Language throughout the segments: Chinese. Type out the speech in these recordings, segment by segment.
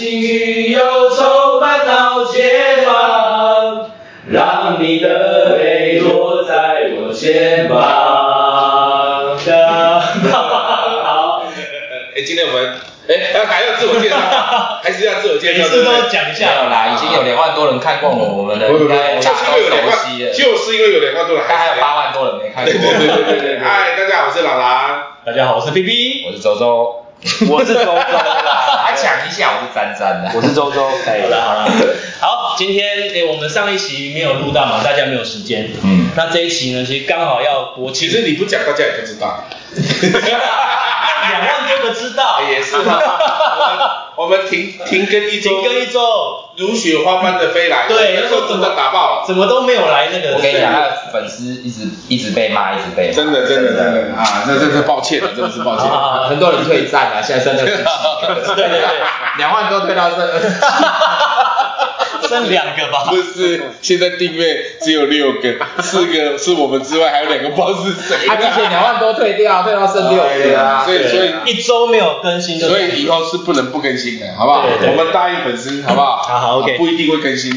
与忧愁烦恼解放，让你的背坐在我肩膀。好，哎，今天我们哎还还要自我介绍，还是要自我介每绍，次对都不对讲一没有下，啦，已经有两万多人看过我们的，不不应不，该就是大家因为都有两熟悉万，了，就是因为有两万多人，大概还有八万多人没看过。对对对对对。嗨，大家好，我是朗朗。大家好，我是 B B， 我是周周，我是周周啦， 他抢一下，我是詹詹的。我是周周，哎好了好 了，好，今天诶我们上一期没有录到嘛，大家没有时间，嗯那这一期呢，其实刚好要国庆 其，实你不讲，大家也不知道。两万多个知道，也 是哈，我们我们停停更一周，停更一周，如雪花般的飞来，对那时候真的打爆了，怎么都没有来那个，我跟你讲，他的粉丝一直一直被骂，一直被骂，真的真的真的啊，那真是抱歉了，真的是抱好好歉。好很多人退战啊，现在剩二十七对 个，对对，两万多退到剩二十七剩两个吧，不是，现在订阅只有六个，四个是我们之外，还有两个不知道是谁。他之前两万多退掉，退到剩六个哎啊所。以所以一周没有更新就所是，以以后是不能不更新的，好不好？对对我们答应粉丝，好不好？ 好好，OK 不一定会 更新。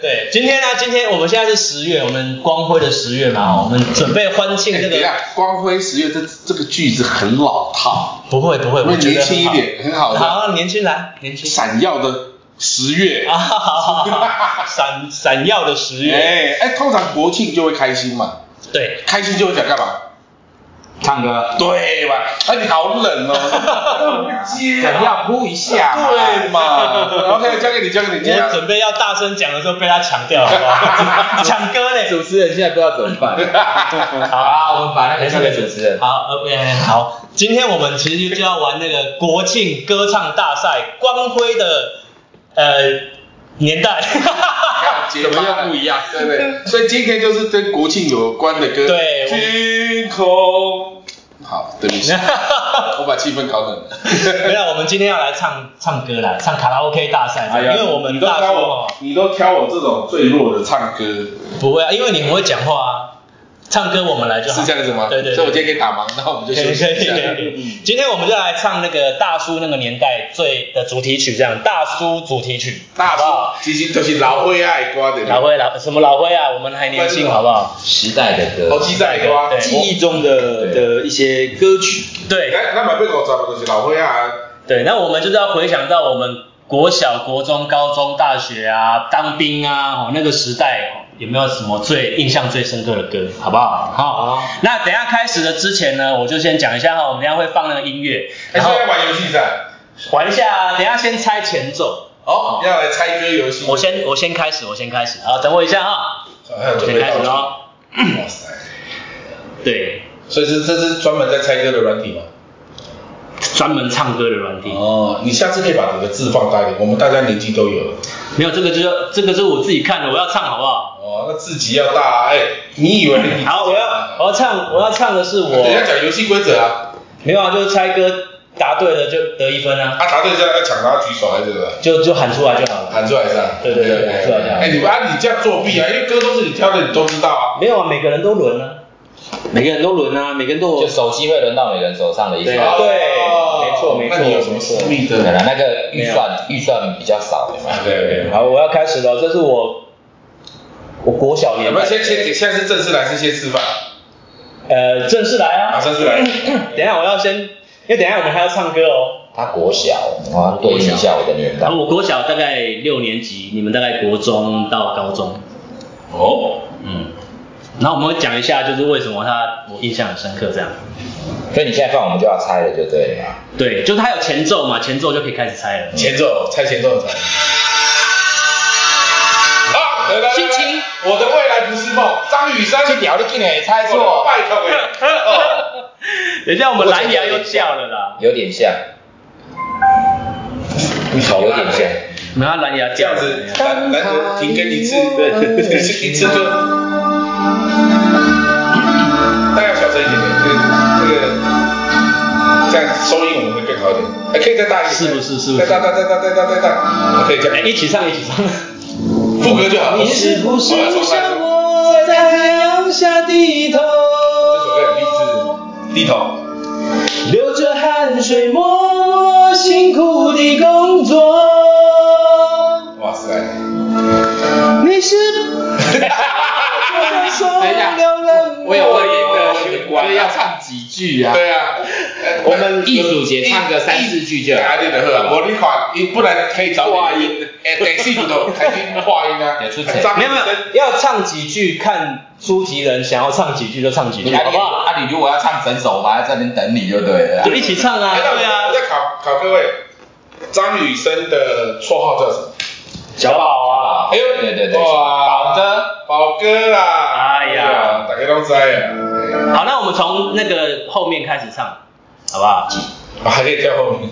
对，今天呢、今天我们现在是十月，我们光辉的十月嘛，我们准备欢庆这等一个下，，啊光辉十月这这个句子很老套，不会不会，我我们觉得年很轻一好点，很好的，好，年轻来，年轻。闪耀的十月。啊，好好好闪闪耀的十月，哎哎，通常国庆就会开心嘛，对，开心就会想干嘛？唱歌，对嘛？哎，你好冷 哦。梗要铺一下嘛。对嘛？OK，交给你，交给你，交我给准备要大声讲的时候被他抢掉，好不好？抢歌嘞，主持人现在不知道怎 么办。好啊，我们把那个交给主持人。好，OK，好，今天我们其实就要玩那个国庆歌唱大赛，光辉的呃年代， 你。怎么样不一样？对不对？所以今天就是跟国庆有关的歌。对我天空。好，对不起，我把气氛搞冷了。 没有，我们今天要来唱唱歌啦，唱卡拉 OK 大赛，因为我哎你们都大挑叔哦我，你都挑我这种最弱的唱歌，是不会啊，因为你很会讲话啊，唱歌我们来就好。这样子吗？啊对对对所以我今天可以打盲，那我们就可休以息可一以下。嗯可以。今天我们就来唱那个大叔那个年代最的主题曲，这样大叔主题曲，好大不好？叔，其实都是老灰爱瓜的。老灰老什么老灰啊？我们还年轻，好不好？时代的歌，好鸡仔瓜。对记忆中呃的的一些歌曲。对哎咱咱嘛要五十嘛，就是老伙仔啊，对，那我们就是要回想到我们国小、国中、高中、大学啊，当兵啊，哦那个时代哦，有没有什么最印象最深刻的歌，好不好？好。那等一下开始的之前呢，我就先讲一下哈，我们等一下会放那个音乐，哎，然所后以要玩游戏噻。玩一下啊，等一下先猜前奏。哦，要来猜歌游戏。我先我先开始，我先开始，好，等我一下哈，哎，我准先备开到始了。喽。哇塞！对，所以这这是专门在猜歌的软体吗？专门唱歌的软体，哦，你下次可以把你的字放大一点，我们大家年纪都有了。没有这个就是这个是我自己看的，我要唱好不好？哦，那字己要大啊！哎，你以为你好，我要我要唱我要唱的是等一下我讲游戏规则啊，没有啊，就是猜歌答对了就得一分啊，啊答对这样要抢，然后举手还是什么？就就喊出来就好了。喊出来是吧？对对对喊出来喊出来哎，你啊，你这样作弊啊，因为歌都是你挑的，你都知道啊。没有啊，每个人都轮啊。每个人都轮啊，每个人都就有。手机会轮到每个人手上的一首。对可哦没错没错那你有什么私密的？啊能那个预算预算比较少，有没有？对对。好，我要开始了，这是我我国小我年代们，先先现在是正式来，是先示范，呃，正式来啊，啊。正式来。等一下我要先，因为等一下我们还要唱歌哦。他国小，我要对应一下我的年代然。后我国小大概六年级，你们大概国中到高中。哦，嗯，然后我们会讲一下，就是为什么他我印象很深刻这样。所以你现在放，我们就要猜了，就对了嘛。对，就是他有前奏嘛，前奏就可以开始猜了。前奏，猜前奏，猜。啊，得了，心情，我的未来不是梦，张雨生，这屌的竟然也猜错，拜托哎， 等一下我们蓝牙又掉了啦，有点像，你好有烂点啊，像。没有他蓝牙这掉样了。子，难难得停更一次，对，一次就，大家小声一点点，这个这个，这样收音我们会更好一点，还可以再大一点，是不是是不再是大，再大，再大，再大，再大，可以这哎，样，一起唱一起唱。副歌就好了，好了重来重来我在太阳下低头，这首歌很励志，低头。流着汗水摸辛苦的句啊，对啊，呃我们艺术节唱个三四句就好啊，你得喝啊，我你看，你不然可以找话音，哎，等戏骨头开始话音啊，也出钱张没有没医有生，哎要唱几句，看出题人想要唱几句就唱几句，好不好？啊，你如果要唱整首，我还在那边等你就对了啊。就一起唱啊，哎那我对啊我，再考考各位，张雨生的绰号叫什么？小宝啊，哎呦，对对对哇，宝哥，宝哥啦，哎呀大家都知啊，好，那我们从那个后面开始唱，好不好？我啊还可以跳后 面。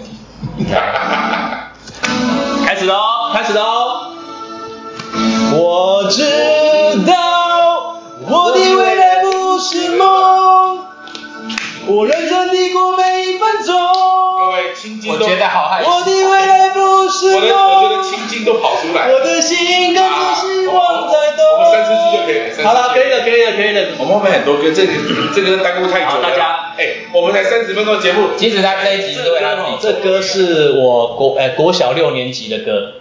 开始喽，开始喽。我知道我的未来不是梦，我认真地过每一分钟。各位青筋我都，觉得好害羞。我的未来不是我的我觉梦得，青筋都跑出来。我的心跟着希望在动。我们三四句就可以了三四句好了，可以了，可以了，可以了。我们后面很多歌，这个这个耽误太久好了。大家哎、我们才三十分钟的节目，其实他这一集是为他自己这歌是我国呃国小六年级的歌，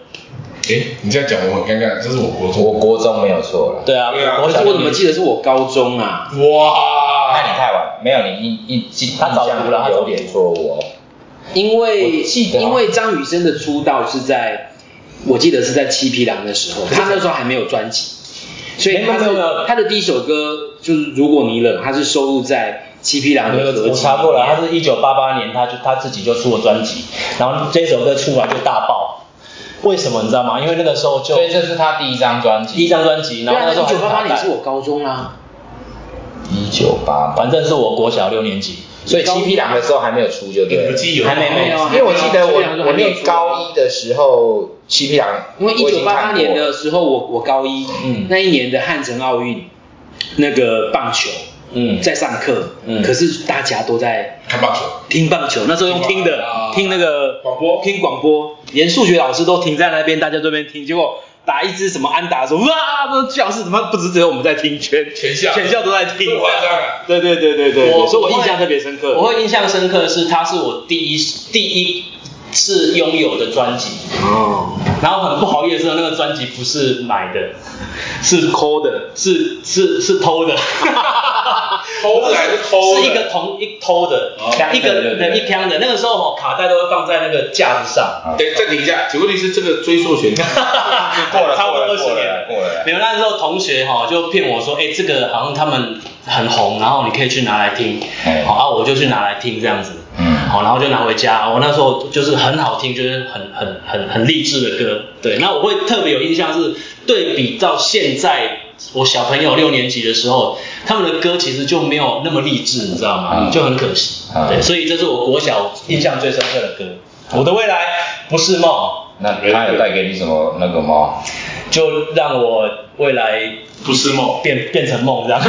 哎、你这样讲我很尴尬，这是我国中。我国中没有错了。对啊，对啊国小可六我怎么年级记得是我高中啊？那你哇！太晚，没有你一一记，他早读了他早有读点错误哦。因为我记得啊因为张雨生的出道是在，我记得是在七匹狼的 时候，他那时候还没有专辑，所以没有他没有没的有他的第一首歌就是《如果你冷》，他是收录在七匹狼的合我辑。查过了，他是一九八八年，他就他自己就出了专辑，然后这首歌出来就大爆，为什么你知道吗？因为那个时候就所以这是他第一张专第一辑，张专辑，对然后啊，那时候一还九八八卡带年是我高中啊啦、一九八八，反正是我国小六年级，所以七匹狼的时候还没有出就你对了不。记忆有还没没有啊因为我记得七匹狼的我时我候还没有念高一的时候，七匹狼，因为一我已九经八看八过年了的时候我我高一，嗯那一年的汉城奥运那个棒球，嗯在上课，嗯可是大家都在看棒球，听棒球，那时候用听的，听那个广播听广播，连数学老师都停在那边，大家这边听，结果打一支什么安打的时候，哇，那教室怎么不只只有我们在听，全全校全校都在听这么，夸张啊对对对对对，我所以我印象特别深刻。我会印象深刻的是，他是我第一第一次拥有的专辑，哦，然后很不好意思，那个专辑不是买的，是抠的，是是是偷的，偷的还是偷的是一个同一偷的，两一个对对对人一箱的。那个时候哦，卡带都会放在那个架子上，对，暂停一下，请问题是这个追溯权？过了差不多过二了十过了年过了你们那时候同学哈、就骗我说，哎、这个好像他们很红，然后你可以去拿来听，哎好、啊，我就去拿来听这样子。嗯好，然后就拿回家。我那时候就是很好听，就是很很很很励志的歌。对，那我会特别有印象是对比到现在我小朋友六年级的时候，他们的歌其实就没有那么励志，你知道吗？嗯就很可惜。嗯对，所以这是我国小印象最深刻的歌。我的未来不是梦，那他有带给你什么那个吗？就让我未来不是梦，变变成梦这 样。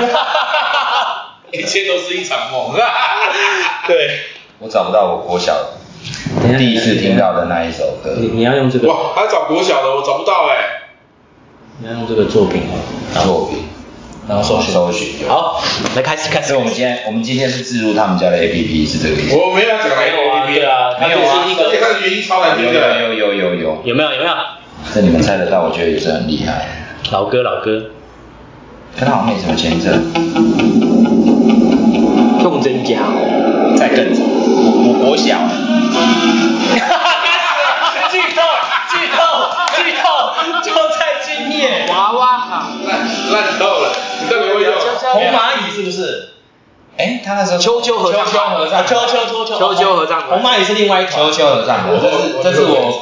一切都是一场 梦。啊对，我找不到我国小第一次听到的那一首歌。你你要用这个，哇，他找国小的，我找不到哎、你要用这个作品哦，作品，然后搜寻搜寻就好。好，来开始开所始以我们今天我们今天是置入他们家的 APP 是这个意思。我没有讲没有啊，对啊，它就是一而且个他的原因超难有听的。有有有有，有没有有没有这你们猜得到，我觉得也是很厉害。老歌老歌，可他好像没什么前奏，动真假哦，再更早，我我国小，剧透剧透剧透，就在今夜，娃娃好，烂烂透了，你都没会用。红蚂蚁是不是？哎，他那时候秋秋合唱团，啊秋秋秋秋秋秋合唱团红蚂蚁是另外一团秋秋合唱团，这是这是我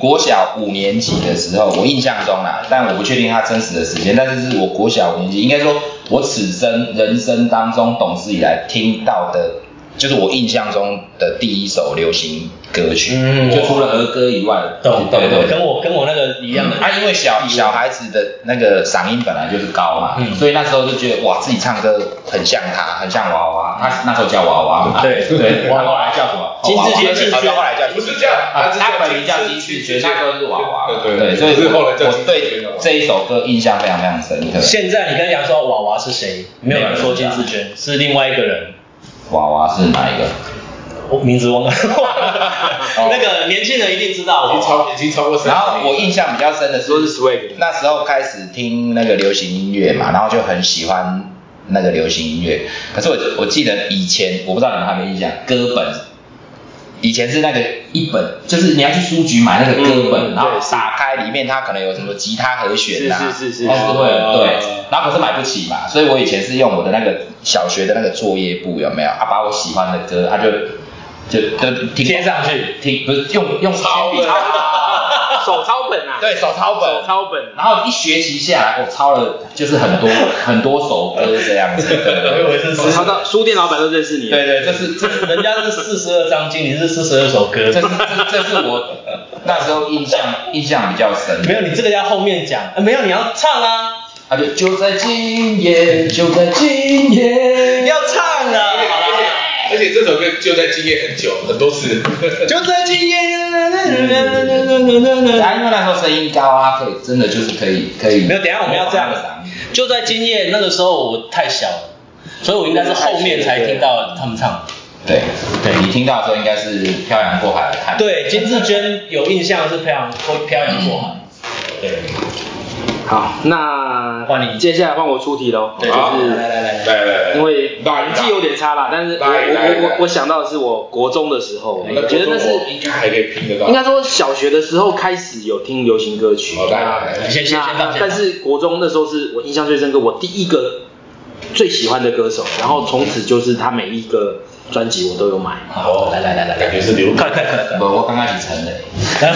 国小五年级的时候，我印象中啦，但我不确定它真实的时间，但是是我国小五年级，应该说我此生人生当中懂事以来听到的，就是我印象中的第一首流行歌曲，嗯就除了儿歌以外，懂懂对懂，对跟对。我跟我那个一样的，啊，因为小小孩子的那个嗓音本来就是高嘛，嗯所以那时候就觉得哇，自己唱歌很像他，很像娃娃。他那时候叫娃娃嘛，对嗯对。娃他娃后来叫什么？金娃志娃杰是好像后来叫不是这样啊是叫他本名叫金金志志觉，觉那时候是娃娃嘛，对对所以是后来叫我金志对觉的娃娃这一首歌印象非常非常深刻。现在你跟人家说娃娃是谁，没有人说金志娟，是另外一个人，娃娃是哪一个？我哦名字忘了，那个年轻人一定知道哦已经我。超已经超过三十然年。后我印象比较深的是说是 swag，那时候开始听那个流行音乐嘛，然后就很喜欢那个流行音乐。可是我我记得以前，我不知道你们还有没有印象，歌本以前是那个一本，就是你要去书局买那个歌本，嗯然后打开里面它可能有什么吉他和弦呐、啊，是是是是哦会有哦对，然后可是买不起嘛，所以我以前是用我的那个小学的那个作业簿有没有啊，把我喜欢的歌啊就就就贴上去，听不是用用铅笔抄 手抄本啊，对手抄本，手抄本然后一学期下来，我抄了就是很多很多首歌这样子，对对为是手抄到书店老板都认识你了。对对，这是这是人家是四十二张经，你是四十二首歌这。是这是我那时候印象印象比较深，没有，你这个要后面讲。呃没有，你要唱啊，啊就就在今夜，就在今你夜，要唱啊。好啦而且这首歌就在今夜很久，很多次。就在今夜。没啊，因为那时候声音高啊，可以真的就是可以可以。有，等一下我们要这样。啊就在今夜，那个时候我太小了，所以我应该是后面才听到他们唱。对对，你听到的时候应该是漂洋过海来看。对，金志娟有印象是漂洋漂洋过海。对，好，那换你接下来换我出题喽。对就就是是来来来来，来来来，因为来年纪有点差啦，但是我来来我我来我我想到的是我国中的时候，那我觉得那是应该还可以拼得到。应该说小学的时候开始有听流行歌曲。好，来来来，先先先那放先但是国中那时候是我印象最深刻，我第一个最喜欢的歌手，然后从此就是他每一个专辑我都有买。好，来来来来感来觉，是流 快快快不，我刚开始 成人。快！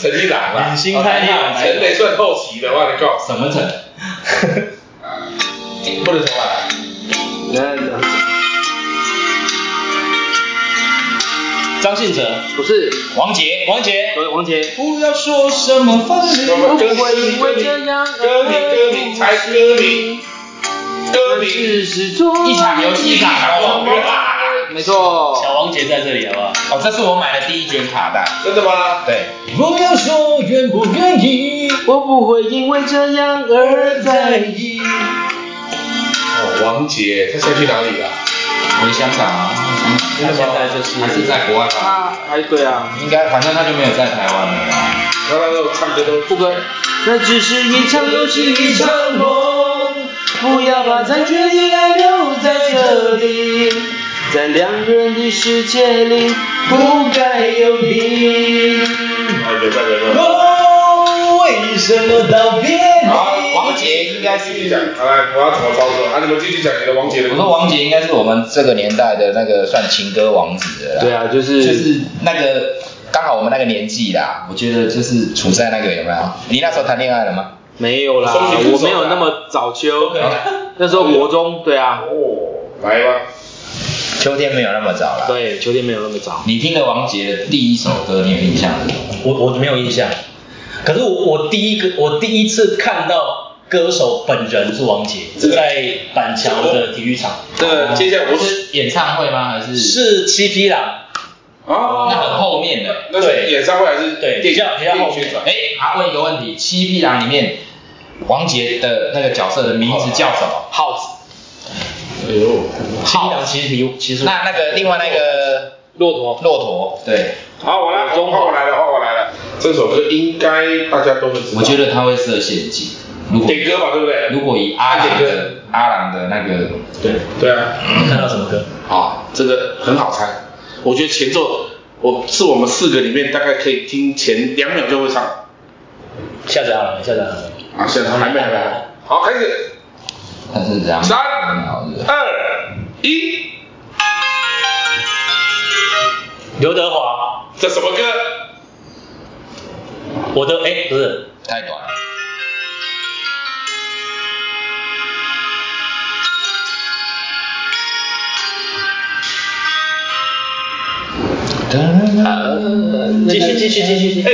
陈立朗啦，影星拍档陈磊算后期的，我跟你讲，什么成？不能重来。那 张信哲、不是王杰，王杰，王王杰，不要说什么分离。我们歌不会名因为这样歌名歌名才歌名歌名只是做一场游戏卡好不好没错，小王杰在这里好不好？哦，这是我买的第一卷卡带。真的吗？对，不要说愿不愿意，我不会因为这样而在意。意。哦，王杰，他现在去哪里了？回香港啊，他现在就是还是在国外吧？啊，哎，对啊，应该，反正他就没有在台湾了啊啦。他那时候唱歌都不哥，那只是一场游戏，一场梦，不要把残缺依然留在这里，在两人的世界里不该有你。啊，有在有在。哦，为什么道别好离？，王杰应该是继续讲，好来，我要怎么操作？啊，你们继续讲你的王杰的我歌。说王杰应该是我们这个年代的那个算情歌王子的啦。对啊，就是就是那个刚好我们那个年纪啦，我觉得就是处在那个有没有？你那时候谈恋爱了吗？没有啦，啊松紧不我手没有那么早 秋，那时候国中，对啊，哦，来吧，秋天没有那么早啦。。对，秋天没有那么早。你听的王杰的第一首歌，你有印象是什么？我我没有印象，可是我我第一个我第一次看到歌手本人是王杰，是在板桥的体育场，那接下来我是是演唱会吗？还是？。是七匹狼，哦那很啊，后面的。那是演唱会还是对电比较比较电后影面宣传？哎，他问一个问题，《七匹狼》里面王杰的那个角色的名字叫什么？耗子、哎呦，七匹狼其实比其实那那个另外那个骆驼，骆驼，对，好，我来，换我来了，换我来了。这首歌应该大家都会知道。我觉得他会设陷阱。如果点歌吧，对不对？如果以阿郎点歌的阿郎的那个，对，对啊，你看到什么歌？好，这个很好猜。我觉得前奏，我是我们四个里面大概可以听前两秒就会唱。下载好了，下载好了。啊，现在还没还没。还没好，开始，他是这样。三很啊好的二一，刘德华，这什么歌？我的哎不是，太短了。继续继续继续继续，哎，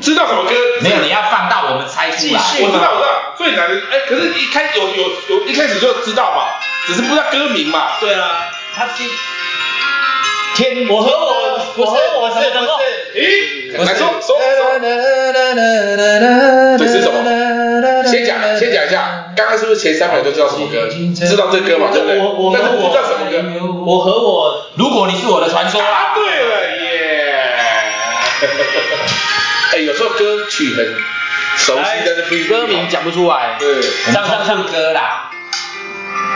知道什么歌？没有，你要放到我们猜出来。我知道，我知道，最难的，哎，可是一开有有有一开始就知道嘛，只是不知道歌名嘛。对啊，他第天，我和我我和我什么什么，咦，不来是说说说，这这是什么？先讲先讲一下，刚刚是不是前三秒就知道什么歌？知道这歌嘛，对不对？我我但是不知道什么歌。我和我如果你是我的传啊说答啦，对了耶！ 哎，有时候歌曲很熟悉，但是不一定歌名。讲不出来。对，我们唱唱歌啦。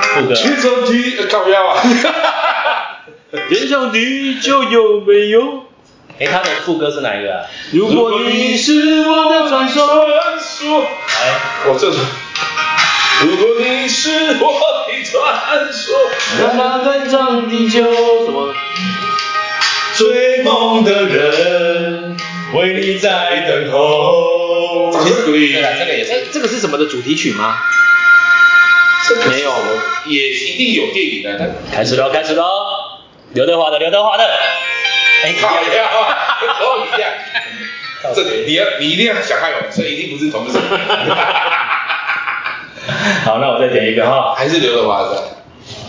副歌。全身体呃靠腰啊，人上你就有没有？哎，他的副歌是哪一个啊？如果你是我的传说，传说，哎，我这种。如果你是我的传说，让它断肠地久。什么？追梦的人为你在等候。对了，这个也哎是，这个是什么的主题曲吗？没有，也一定有电影的，那开始喽，开始喽！刘德华的，刘德华的。哎，靠腰啊，跟都一样。这你要你一定要想看我，这一定不是同事， 好，那我再点一个哈。还是刘德华的。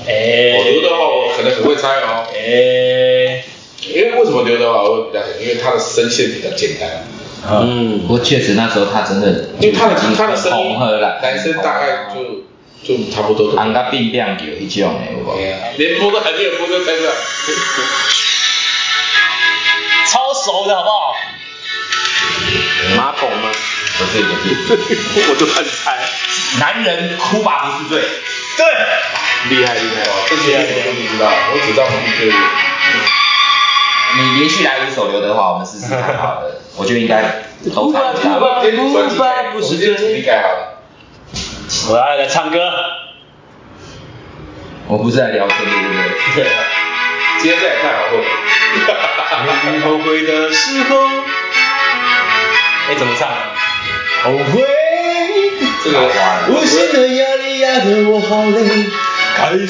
哎，我刘德华我可能很会猜哦，哎，因为为什么刘德华我会比较喜欢？因为他的声线比较简单，不过确实那时候他真的，因为他的他的声音红了啦，，男生大概就就差不多都。红到变变有一种欸的，有无哎？呀连播都还没有播就猜出来，超熟的好不好？马桶吗？不是不是，我就乱猜，男人哭吧不是罪，厉害厉害。这些我都不知道，我只知道红绿灯。你连续来五首刘德华，我们试试看 好了，我觉得应该都哭吧猜得到哭吧今天专辑改，不我是们今天主题改好了。我要来唱歌。我不是在聊天对不 对？对，今天再也看好后悔。你后悔的时候，哎，怎么唱？后悔。这个 无形的压力压得我好累，开始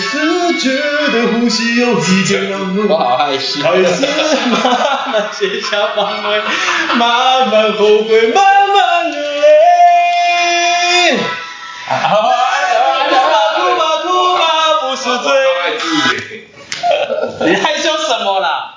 觉得呼吸有一点狼狈。我好害羞。开始慢慢卸下防卫，慢慢后悔，慢慢流泪。哭吧哭吧哭吧，不是罪。爱自己。 你害羞什么啦？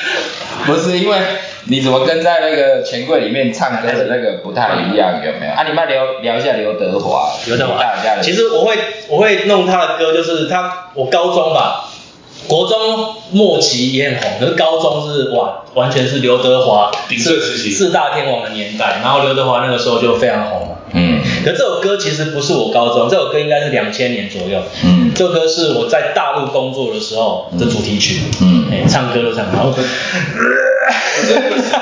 不是因为你怎么跟在那个钱柜里面唱歌的那个不太一样，有没有？啊，你们聊聊一下刘德华，刘德华大家的其实我会我会弄他的歌，就是他我高中吧，国中末期也很红，可是高中是哇，完全是刘德华鼎盛时期四大天王的年代，然后刘德华那个时候就非常红嘛。嗯可这首歌其实不是我高中，这首歌应该是两千年左右。嗯这首歌是我在大陆工作的时候的主题曲。嗯哎，唱歌都唱好。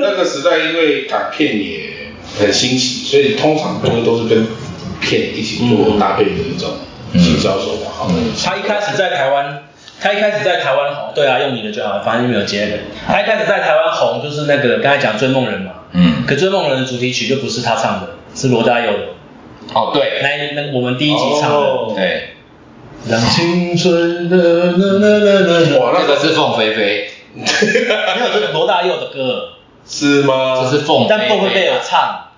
那个时代因为港片也很兴起，所以通常歌都是跟片一起做搭配的一种嗯行销手法。好嗯他一开始在台湾，他一开始在台湾红，对啊，用你的就好了，反正没有接的。他一开始在台湾红，就是那个刚才讲《追梦人》嘛，嗯，可《追梦人》的主题曲就不是他唱的，是罗大佑的。哦对那那我们第一集唱的，哦对，让青春的那那那那那，哇，这那个个是凤飞飞，没有，这是罗大佑的歌，是吗？这是哦凤飞但飞，凤飞飞有唱，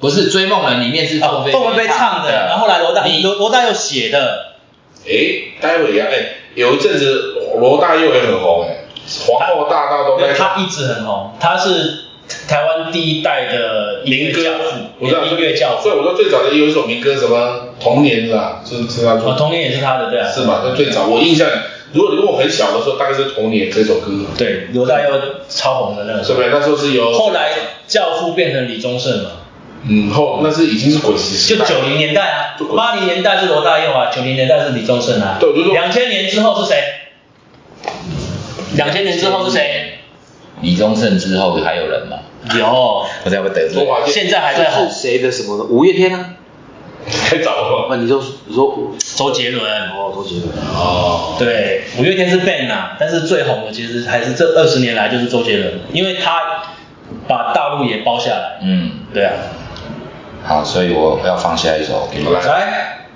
不是《追梦人》里面是凤哦，飞凤飞飞唱的，然后后来罗大你罗罗大佑写的，哎，待会也要哎，有一阵子罗大佑也很红哎，皇后大道都因在为他一直很红，他是台湾第一代的音乐民教歌父，，我知道音乐教父所以，我说最早的有一首民歌什么童年是吧？是是他哦，做童年也是他的，对啊，是吧？那最早我印象，如果你问我很小的时候，大概是童年这首歌，对，罗大佑超红的那个时是候不，是？那时候是由后来教父变成李宗盛嘛，嗯后那是已经是滚石时就代，九零年代啊就，滚八零年代是罗大佑啊，九零年代是李宗盛啊，对我就说两千年之后是谁？两千年之后是谁？李宗盛之后还有人吗？有，我这样会得罪中。华现在还在红是，谁的什么？五月天啊？太早了。那哦你就你说周杰伦。哦，周杰伦。哦，对，五月天是 ban 啊，但是最红的其实还是这二十年来就是周杰伦，因为他把大陆也包下来。嗯，对啊，好，所以我要放下一首给你们。来，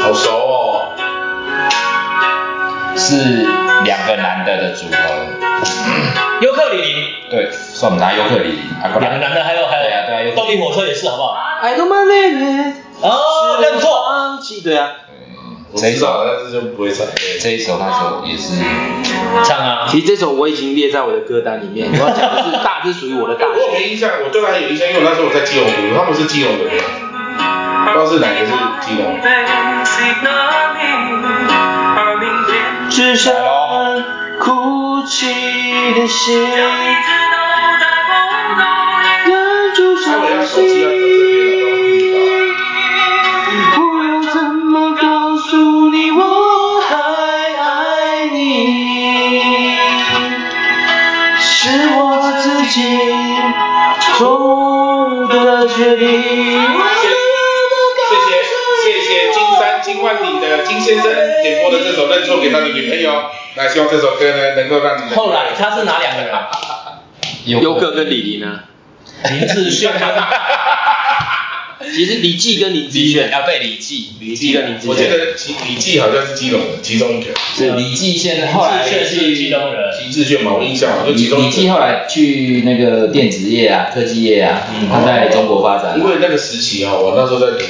好熟哦。是两个男的的组合，尤克里里，对，算我们拿尤克里里，啊，过两个来，男的还有还有，对啊对啊尤克里里动力火车也是好不好？ I don't mind living。哦，认错，放弃。对啊，我知道，但是就不会唱。这一首那时候也是，唱啊，其实这首我已经列在我的歌单里面。我要讲的是大，是属于我的大我有学。没印象，我对他有印象，因为我那时候我在基隆读，他们是基隆的人，不知道是哪个是基隆。只剩哦哭泣的心，忍住他们伤要手机要啊心。金先生点播的这首《认错》给他的女朋友，那希望这首歌呢能够让你后来他是哪两个人？优哥跟李林啊，林志炫。 其实李记跟林志炫，啊，对，李记，李李记跟林志我记炫，得李李记好像是基隆的其中一个，是李记现在后来志炫是基去隆人，极致炫嘛，我印象好像就李其中李一记个。后来去那个电子业啊、科技业啊，嗯他在中国发展因。为那个时期啊，我那时候在读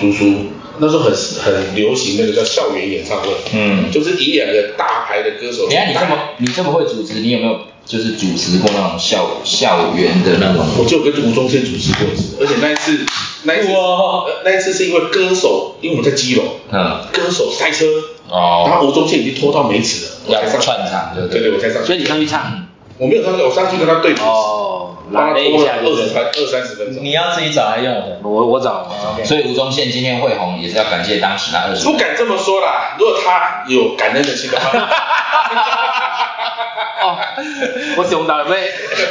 读书，那时候很很流行那个叫校园演唱会，嗯就是以两个大牌的歌手。等一下你这么你这么会主持，你有没有就是主持过那种校校园的那种？我就跟吴宗宪主持过一次，而且那一次，那一次，呃那一次是因为歌手，因为我们在基隆，嗯，歌手塞车，然哦，后吴宗宪已经拖到没词了，我要才上串场对不对对？对，我才上去，所以你上去唱我没有上去，我上去跟他对比，哦，帮拉他了一拖了下就二十是。分二三十分钟你，要自己找来用的。我我找我找，所以吴宗宪今天会红，也是要感谢当时那二十不敢这么说啦，如果他有感恩的心的话，哦，我熊到了 妹，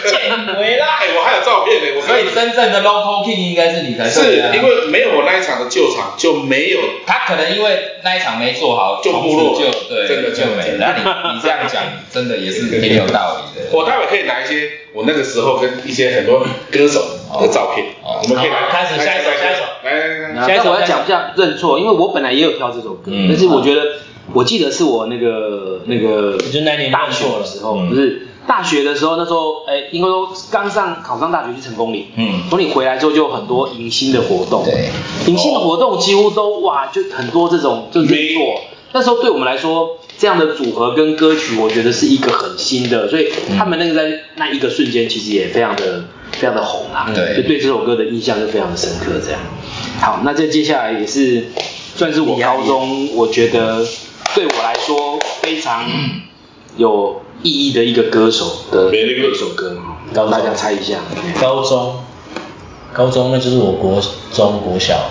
见鬼啦！哎，我还有照片呢，我所可以以。真正的 local king 应该是你才是对啊，因为没有我那一场的救场就没有，他可能因为那一场没做好，就没落从此就对，真的就没真的了。那你你这样讲，真的也是挺有道理的。我待会可以拿一些我那个时候跟一些很多歌手的照片，哦我们可以来好开始来下一首来下一首来来来来，那那我要讲一下认错，因为我本来也有挑这首歌，嗯但是我觉得我记得是我那个那个我觉得那年大认学错的了时候，嗯不是大学的时候，那时候哎，因为都刚上考上大学去成功岭，嗯从你回来之后就有很多迎新的活动，对，迎新的活动几乎都哇，就很多这种就认错。那时候对我们来说，这样的组合跟歌曲，我觉得是一个很新的，所以他们那个在那一个瞬间，其实也非常的非常的红啊，对就对这首歌的印象就非常的深刻。这样，好，那这接下来也是算是我高中，我觉得对我来说非常有意义的一个歌手的别的歌一首歌，让大家猜一下。高中，高中那就是我国中国小，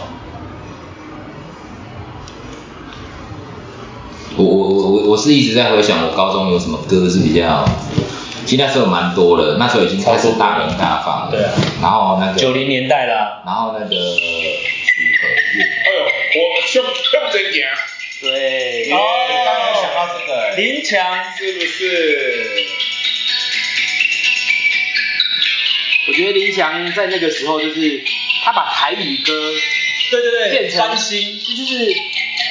我我我我我是一直在回想我高中有什么歌是比较，其实那时候有蛮多的，那时候已经开始大名大放了。对啊然后那个，九零年代啦。然后那个许可愿，哎呦，我胸胸着眼，对哦你刚刚有想到这个林强，是不是？我觉得林翔在那个时候就是他把台语歌对对对，变成翻新，这就是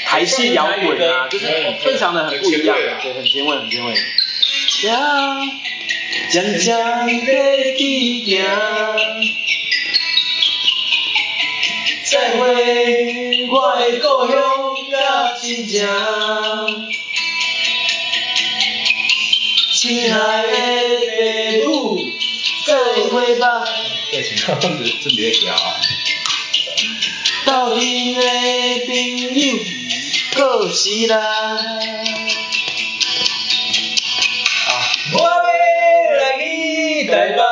台式摇滚啊，就是非常的很不一样，对，很前卫，很前卫。讲讲的地点，再会我的故乡甲亲情，亲爱的父母，再会吧。对，请到这这里面聊啊。斗阵的朋友，搁是咱。我要来你台北打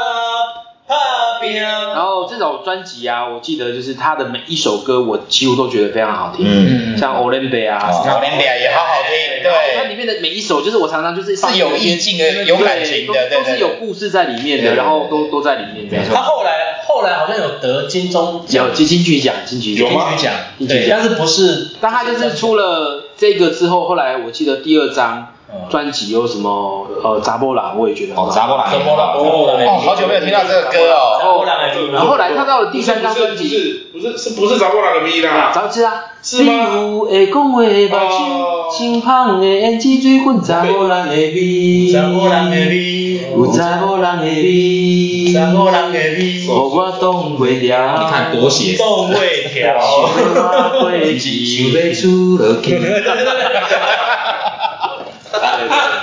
拼。然后这首专辑啊，我记得就是他的每一首歌，我几乎都觉得非常好听，嗯像《o l y m p i 啊，哦然后脸脸也好好听，它对，里面的每一首，就是我常常就是放是有在那边意境的，有感情的，对对都都对是有对。故事在里面对的，对然后都对都在里面这样。没他后来后来好像有得金钟奖有金金曲奖，金曲奖有吗金曲奖，啊金曲对，奖但是不是？但他就是出了这个之后，后来我记得第二张嗯专辑有什么呃扎波朗，我也觉得很哦，好查波朗。什么了？哦，好久没有听到这个歌哦。波浪的然后后来他到了第三张专不辑，是不是不是是不是找我那个咪啦？早知啊，是吗你有会讲话的目哦睭，清芳的胭脂水粉，查某人的味，查某人的味有查某人的味，查某人的味互我挡袂了。你看多写啊实。动味条，我过是想要出落去。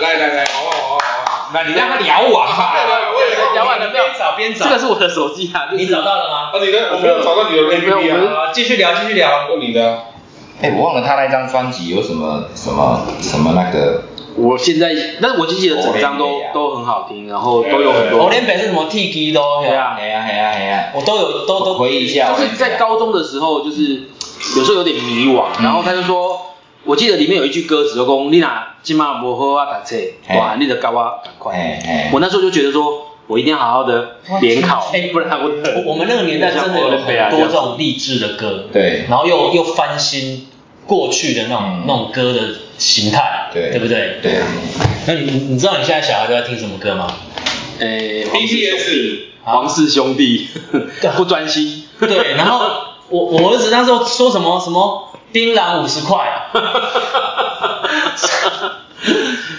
来来来，好好好好，那你让他聊完来吧。来，我也聊完了没有？边找边找，这个是我的手机啊，就是你找到了吗？啊，你的我没有找到你的 A 没有 P 我 P 们啊，啊，继续聊，继续聊。用你的，哎，我忘了他那张专辑有什么什么什么那个，我现在，但是我就记得整张都 Olembe 啊都很好听，然后都有很我多。连北是什么 T G 都对啊哎呀哎呀哎呀，我都有都都回忆一下。就是在高中的时候，就是有时候有点迷惘，然后他就说，我记得里面有一句歌词就讲，你哪今嘛无好啊打册，嘿哇，你得高啊赶嘿嘿快。我那时候就觉得说，我一定要好好的 联考，哎不然我 我我们那个年代真的有很多这种励志的歌，对然后又又翻新，过去的那嗯种、那种歌的形态，对对不对？对啊，那你你你知道你现在小孩都在听什么歌吗？诶、 BTS 王哎氏兄弟干 不专心，对，然后我我儿子那时候说什么什么槟榔五十块，啊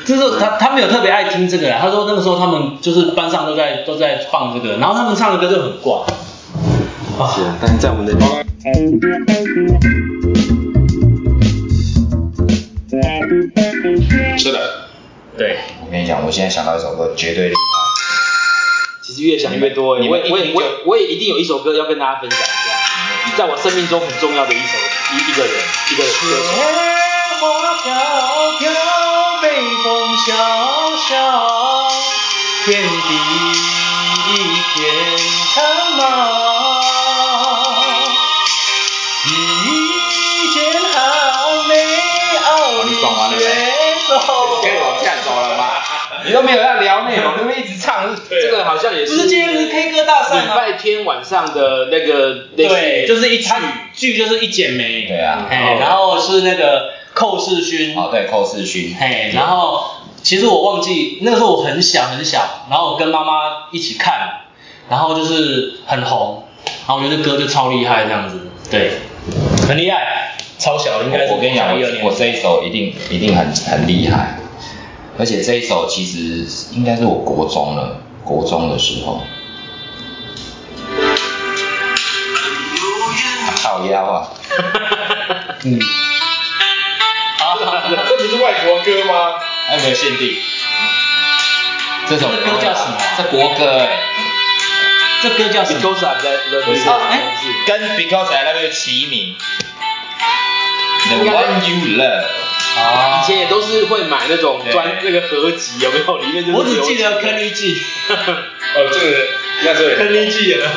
就是他他没有特别爱听这个啦，他说那个时候他们就是班上都在都在放这个，然后他们唱的歌就很怪。啊是啊，但是在我们的是的，对，我跟你讲，我现在想到一首歌，绝对厉害，其实越想越多哎、你我们也我也你们一听我就也我也一定有一首歌要跟大家分享一下，在我生命中很重要的一首一一个人一个歌哦手。你爽完了没？你可以往下走哦了吧？你都没有要聊内容，你们一直唱，这个好像也是，不是今天是 K 歌大赛吗？礼拜天晚上的那个类似对，就是一他剧就是一剪梅，对啊哎，然后是那个寇世勋，哦，对，寇世勋，嘿，然后其实我忘记那个时候我很小很小，然后我跟妈妈一起看，然后就是很红，然后我觉得歌就超厉害这样子，对，很厉害，超小应该是我跟你讲，一二年我我这一首一定一定很很厉害，而且这一首其实应该是我国中了，国中的时候。靠腰啊！ 这不是外国歌吗？哦还哎有没有限定？这首这歌叫什么啊这国歌哎、这歌叫什么？ Because I love 不 you，是是哎跟 Because I Love You 齐名。The 应该 One You Love。以前也都是会买那种对专那个合集，有没有？里面就是我只记有得坑 一季，哦，这个那这个一季有没有？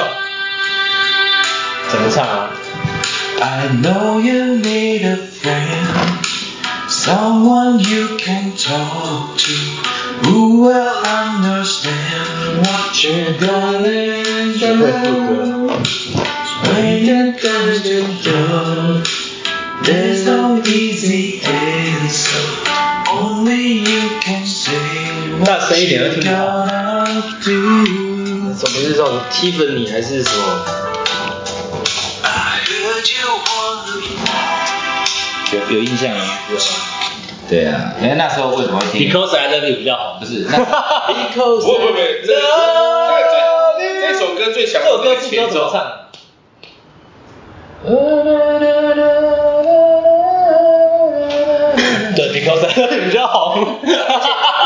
怎么唱啊？ I know you need a friend, someone you can talk to who will understand what you're going through. When it comes to love, there's no easy answer. Only you can say what 声一点 you're gonna do. 什么是这种 Tiffany 还是什么？有有印象吗？对啊，因为那时候为什么会听？啊 Because I Love You 比较红， 不 是，那不不不，这个最这首歌最强这首的歌是副前歌怎么奏，唱？对，Because I Love You 比较红。我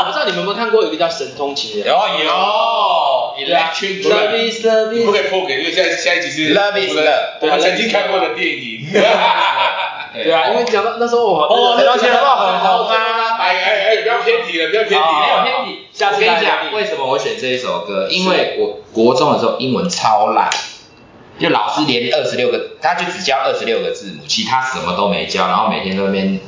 不知道你们有没有看过有一个叫《神通情人》。有有 Electric Love is love 你不 is 可以破给，因为现在下一集是 Love is love 我们曾经看过的电影。对啊，因为讲到那时候我哦那时候那时候讲到很很红啊哎哎哎，不要偏题了，不要偏题哦了。没有偏题，下次我跟大你家讲，为什么我选这一首歌？因为我国中的时候英文超烂，就老师连二十六个，他就只教二十六个字母，其他什么都没教，然后每天都在那边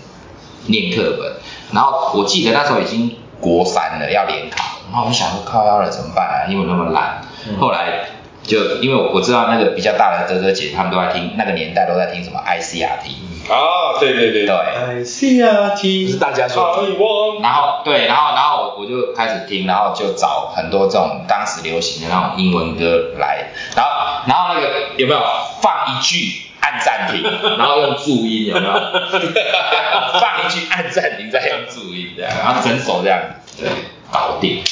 念课本。然后我记得那时候已经国三了，要联考，然后我就想说靠腰了怎么办啊？英文那么烂。后来就因为我我知道那个比较大的哥哥姐姐他们都在听，那个年代都在听什么 ICRT，哦，对对对对。就是大家说，我然后对，然后然后我我就开始听，然后就找很多这种当时流行的那种英文歌来，然后然后那个有没有放一句按暂停，然后用注音有没有？放一句按暂停再用注音这样，然后整首这样子对搞定。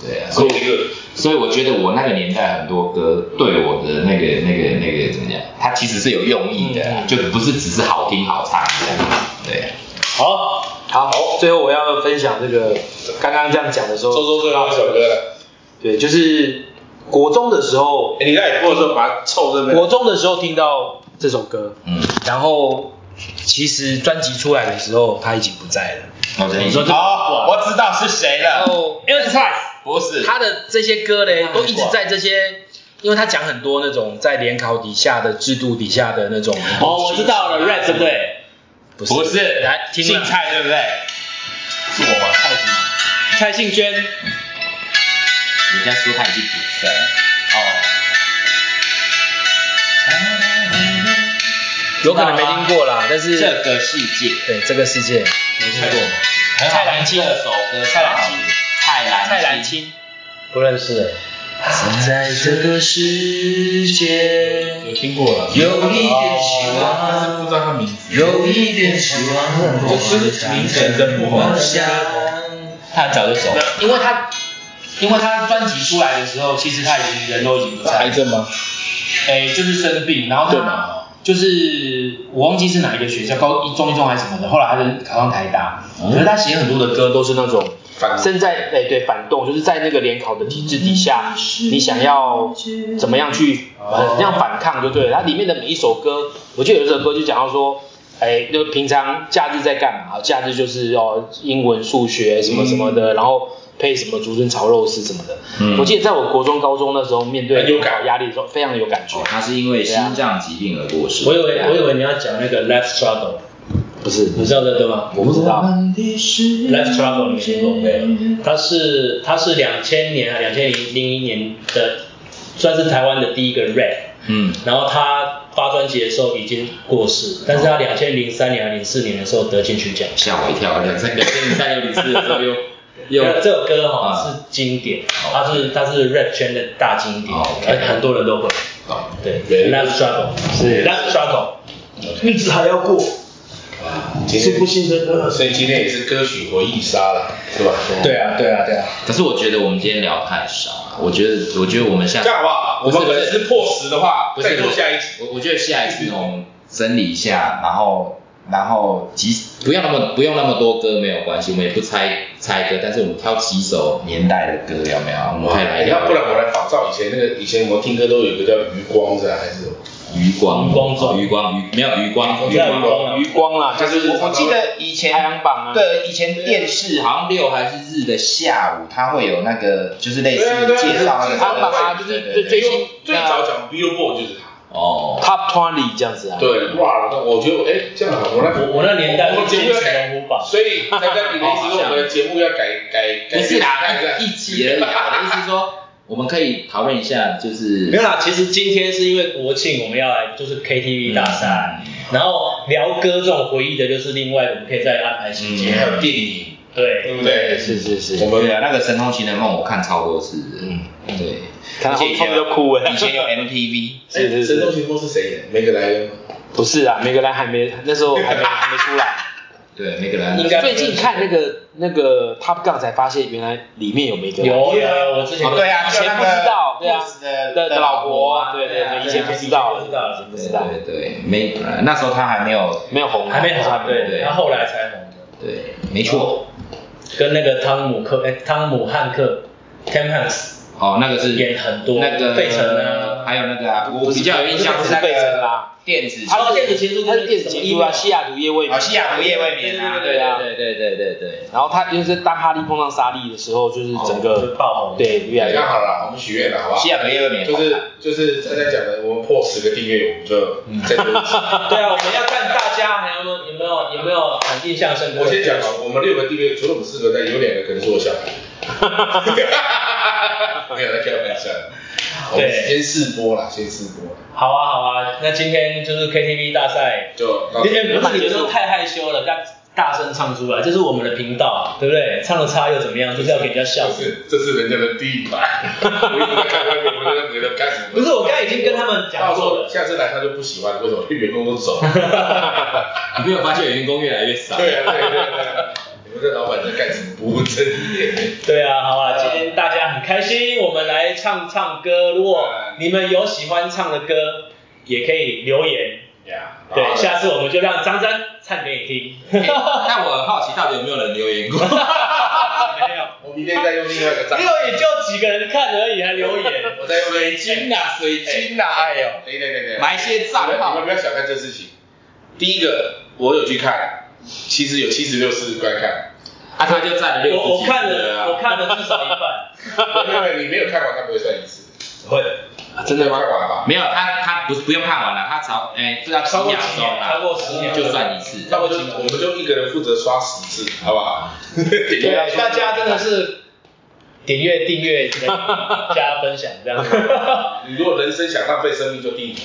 对啊，所以所以我觉得我那个年代很多歌对我的那个那个那个怎么讲，它其实是有用意的啊，就不是只是好听好唱这样。对啊。好，好，最后我要分享这个刚刚这样讲的时候，周周最后一首歌了。对，就是国中的时候，哎你在播的时候把它凑这边。国中的时候听到这首歌，嗯，然后其实专辑出来的时候他已经不在了，我你说这哦，我知道是谁然了，后 a i r s i 不哦是，他的这些歌嘞都一直在这些，因为他讲很多那种在联考底下的制度底下的那种， 哦，我知道了，Red 对不对？不是不是，来听姓了蔡对不对？是我吗？蔡什么？蔡幸娟，人家说他已经不在了。哦。知道有可吗能没听过啦，但是这个世界，对这个世界，没听过。蔡澜清这首歌，蔡澜清，蔡澜，蔡澜，清，不认识欸。在这个世界，有听过了，有一点希但是望，不知道他名字。有一点希望，我明显真不红梦想。他很早就走了，因为他，因为他专辑出来的时候，其实他已经人都已经不在癌了，症吗？哎，就是生病，然后对他嘛就是我忘记是哪一个学校，高一中一中还是什么的，后来他就考上台大，嗯可是他写很多的歌都是那种正在哎对反动，就是在那个联考的体制底下，你想要怎么样去哦呃这样反抗就对了。它里面的每一首歌，我记得有一首歌就讲到说，哎，就平常假日在干嘛？假日就是哦英文、数学什么什么嗯的，然后配什么竹笋炒肉丝什么的。我记得在我国中、高中那时候，面很对有联考压力的时候，非常有感觉哦，。他是因为心脏疾病而过世。我以为我以为你要讲那个 Life Struggle，不是，你知道这歌吗我不知道。 ？Life Struggle 你没听过没？它是它是两千年啊，两千零零一年的，算是台湾的第一个 rap。嗯，然后他发专辑的时候已经过世，但是他两千零三年啊还零四年的时候得金曲奖。吓我一跳，两三两千零三有零四的时候又又那这首歌哈、啊是经典，它是它是 rap 圈的大经典，哦，OK 而很多人都会。对，Love Struggle 是 Love Struggle，日子还要过。是不信这个，所以今天也是歌曲回忆杀了，是吧？对啊，对啊，对啊。可是我觉得我们今天聊太少了，我觉得，我觉得我们下这样好不好？我们不是粉丝破十的话不，是再做下一集。我我觉得下一次我们整理一下，然后然后几不要那么不用那么多歌没有关系，我们也不猜猜歌，但是我们挑几首年代的歌有没有？我们可以来聊哎那不然我来仿照以前那个，以前我们听歌都有一个叫余光的，还是什么？余光余光中余光余没有余光我知道余光啊余光啦，就是我我记得以前排行榜啊哦对，呃以前电视好像六还是日的下午，它会有那个就是类似对啊对啊介绍那个排行榜啊就是对对对最新啊最早讲 Billboard 就是他。哦， Top Twenty 这样子啊。对，哇，那我觉得哎，这样好，我来我我那年代我们是节金目曲要改龙虎榜，所以大家你的意思说我们的节目要改改改？不是啦，改那个一集而已啊。 我的意思是说，我们可以讨论一下，就是没有啦，其实今天是因为国庆，我们要来就是 KTV 大赛，然后聊歌这种回忆的，就是另外我们可以再安排时间。还有电影，嗯对，对不对？是是是，我对们啊，那个《神偷情人梦》我看超多次的，嗯，对，看到后以前面就哭哎以。前有 MTV，是是哎，是神偷情梦是谁演？梅格莱恩吗？不是啊，梅格莱还没那时候还 没还没出来。对， 每个人应该最近看那个那个 Top Gun 才发现，原来里面有梅格莱。有有，我之前哦对啊，以前不知道，对啊，的的的老婆啊，对对对啊对，以对前啊不知以道，前不知道以前不对知道，对对，没呃那时候他还没有，没有红啊，还没那时候还红，没红对，他后来才红的。对，没错，跟那个汤姆克，哎，汤姆汉克，Tom Hanks 哦，那个是演很多那个费城啊还有那个啊，我比较有印象是那不是费城个啦电子琴，他哦是电子情书他是电子情书啊，西雅图夜未哦，眠，西雅图夜未眠啊，对啊对对对对对，然后他就是当哈利碰上莎莉的时候，就是整哦就个爆红。对越来这越样好了，我们许愿了，好不好西？雅图夜未眠，就是就是大家讲的，我们破十个订阅，我们就再多一集。 对啊，我们要看大家还有没有有没有有没有很印象深刻的。我先讲好，我们六个订阅，除了我们四个，但有两个可能是我小 孩。没有在开玩笑，我们对先试播啦，先试播， 好啊好啊，那今天就是 KTV 大赛，就到因为不是有时候太害羞了，要大声唱出来，这是我们的频道，啊对不对？唱的差又怎么样？就是要给人家笑这。是这是人家的地盘，我一直在看外面，我们在觉得干什么？不是，我刚才已经跟他们讲到时过候了。下次来他就不喜欢，为什 么？因为员工都走。对你没有发现员工越来越少啊，对啊，对啊，你们这老板在干什么？不务正业。对啊，好啊，今天大家很开心，我们来唱唱歌。如果你们有喜欢唱的歌，也可以留言。呀，啊对，下次我们就让张三唱给你 听。 但我很好奇，到底有没有人留言过？ 没有，我明天再用另外 一个账因号，为也就几个人看而已，还留 言。我再用另一个。金啊 呐，水晶呐，哎呦，等一等等一等，买一些账你号们，不要小看这事情。第一个，我有去看，其实有七十六次观看，啊，他就占了六我十我几看次了了，我啊。看了至少一半。没有没有，你没有看完，他不会算一次。会，啊真的吗？看完吧。没有，他他不是不用看完了，他超哎，这要几超过秒几钟啊秒，超啦，过十秒就算一次。那我就我们就一个人负责刷十次，好不好？ 对啊对，啊大家真的是点阅、订阅、加分享 这样。你如果人生想浪费生命，就第一名。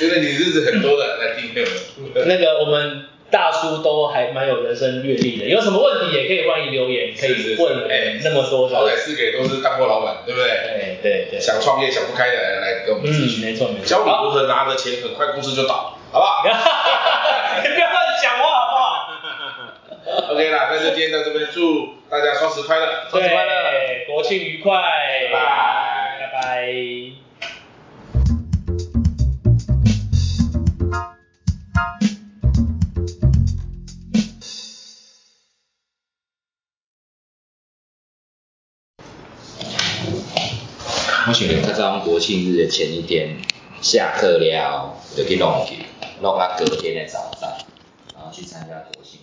原来你日子很多的来听那个。那个我们大叔都还蛮有人生阅历的，有什么问题也可以欢迎留言，可以问我们那么多哎好的歹。四个也都是干部老板，对不对？对对对，想创业想不开的来来跟我们咨嗯，询，没错没错。教你如何拿着钱很快公司就倒，好不好 你不要乱讲话好不好？ ？OK 啦，那就今天到这边，祝大家双十快乐。对，国庆愉快，拜拜拜拜。我想较早国庆日的前一天下课了，就去弄去，弄到隔天的早上，然后去参加国庆。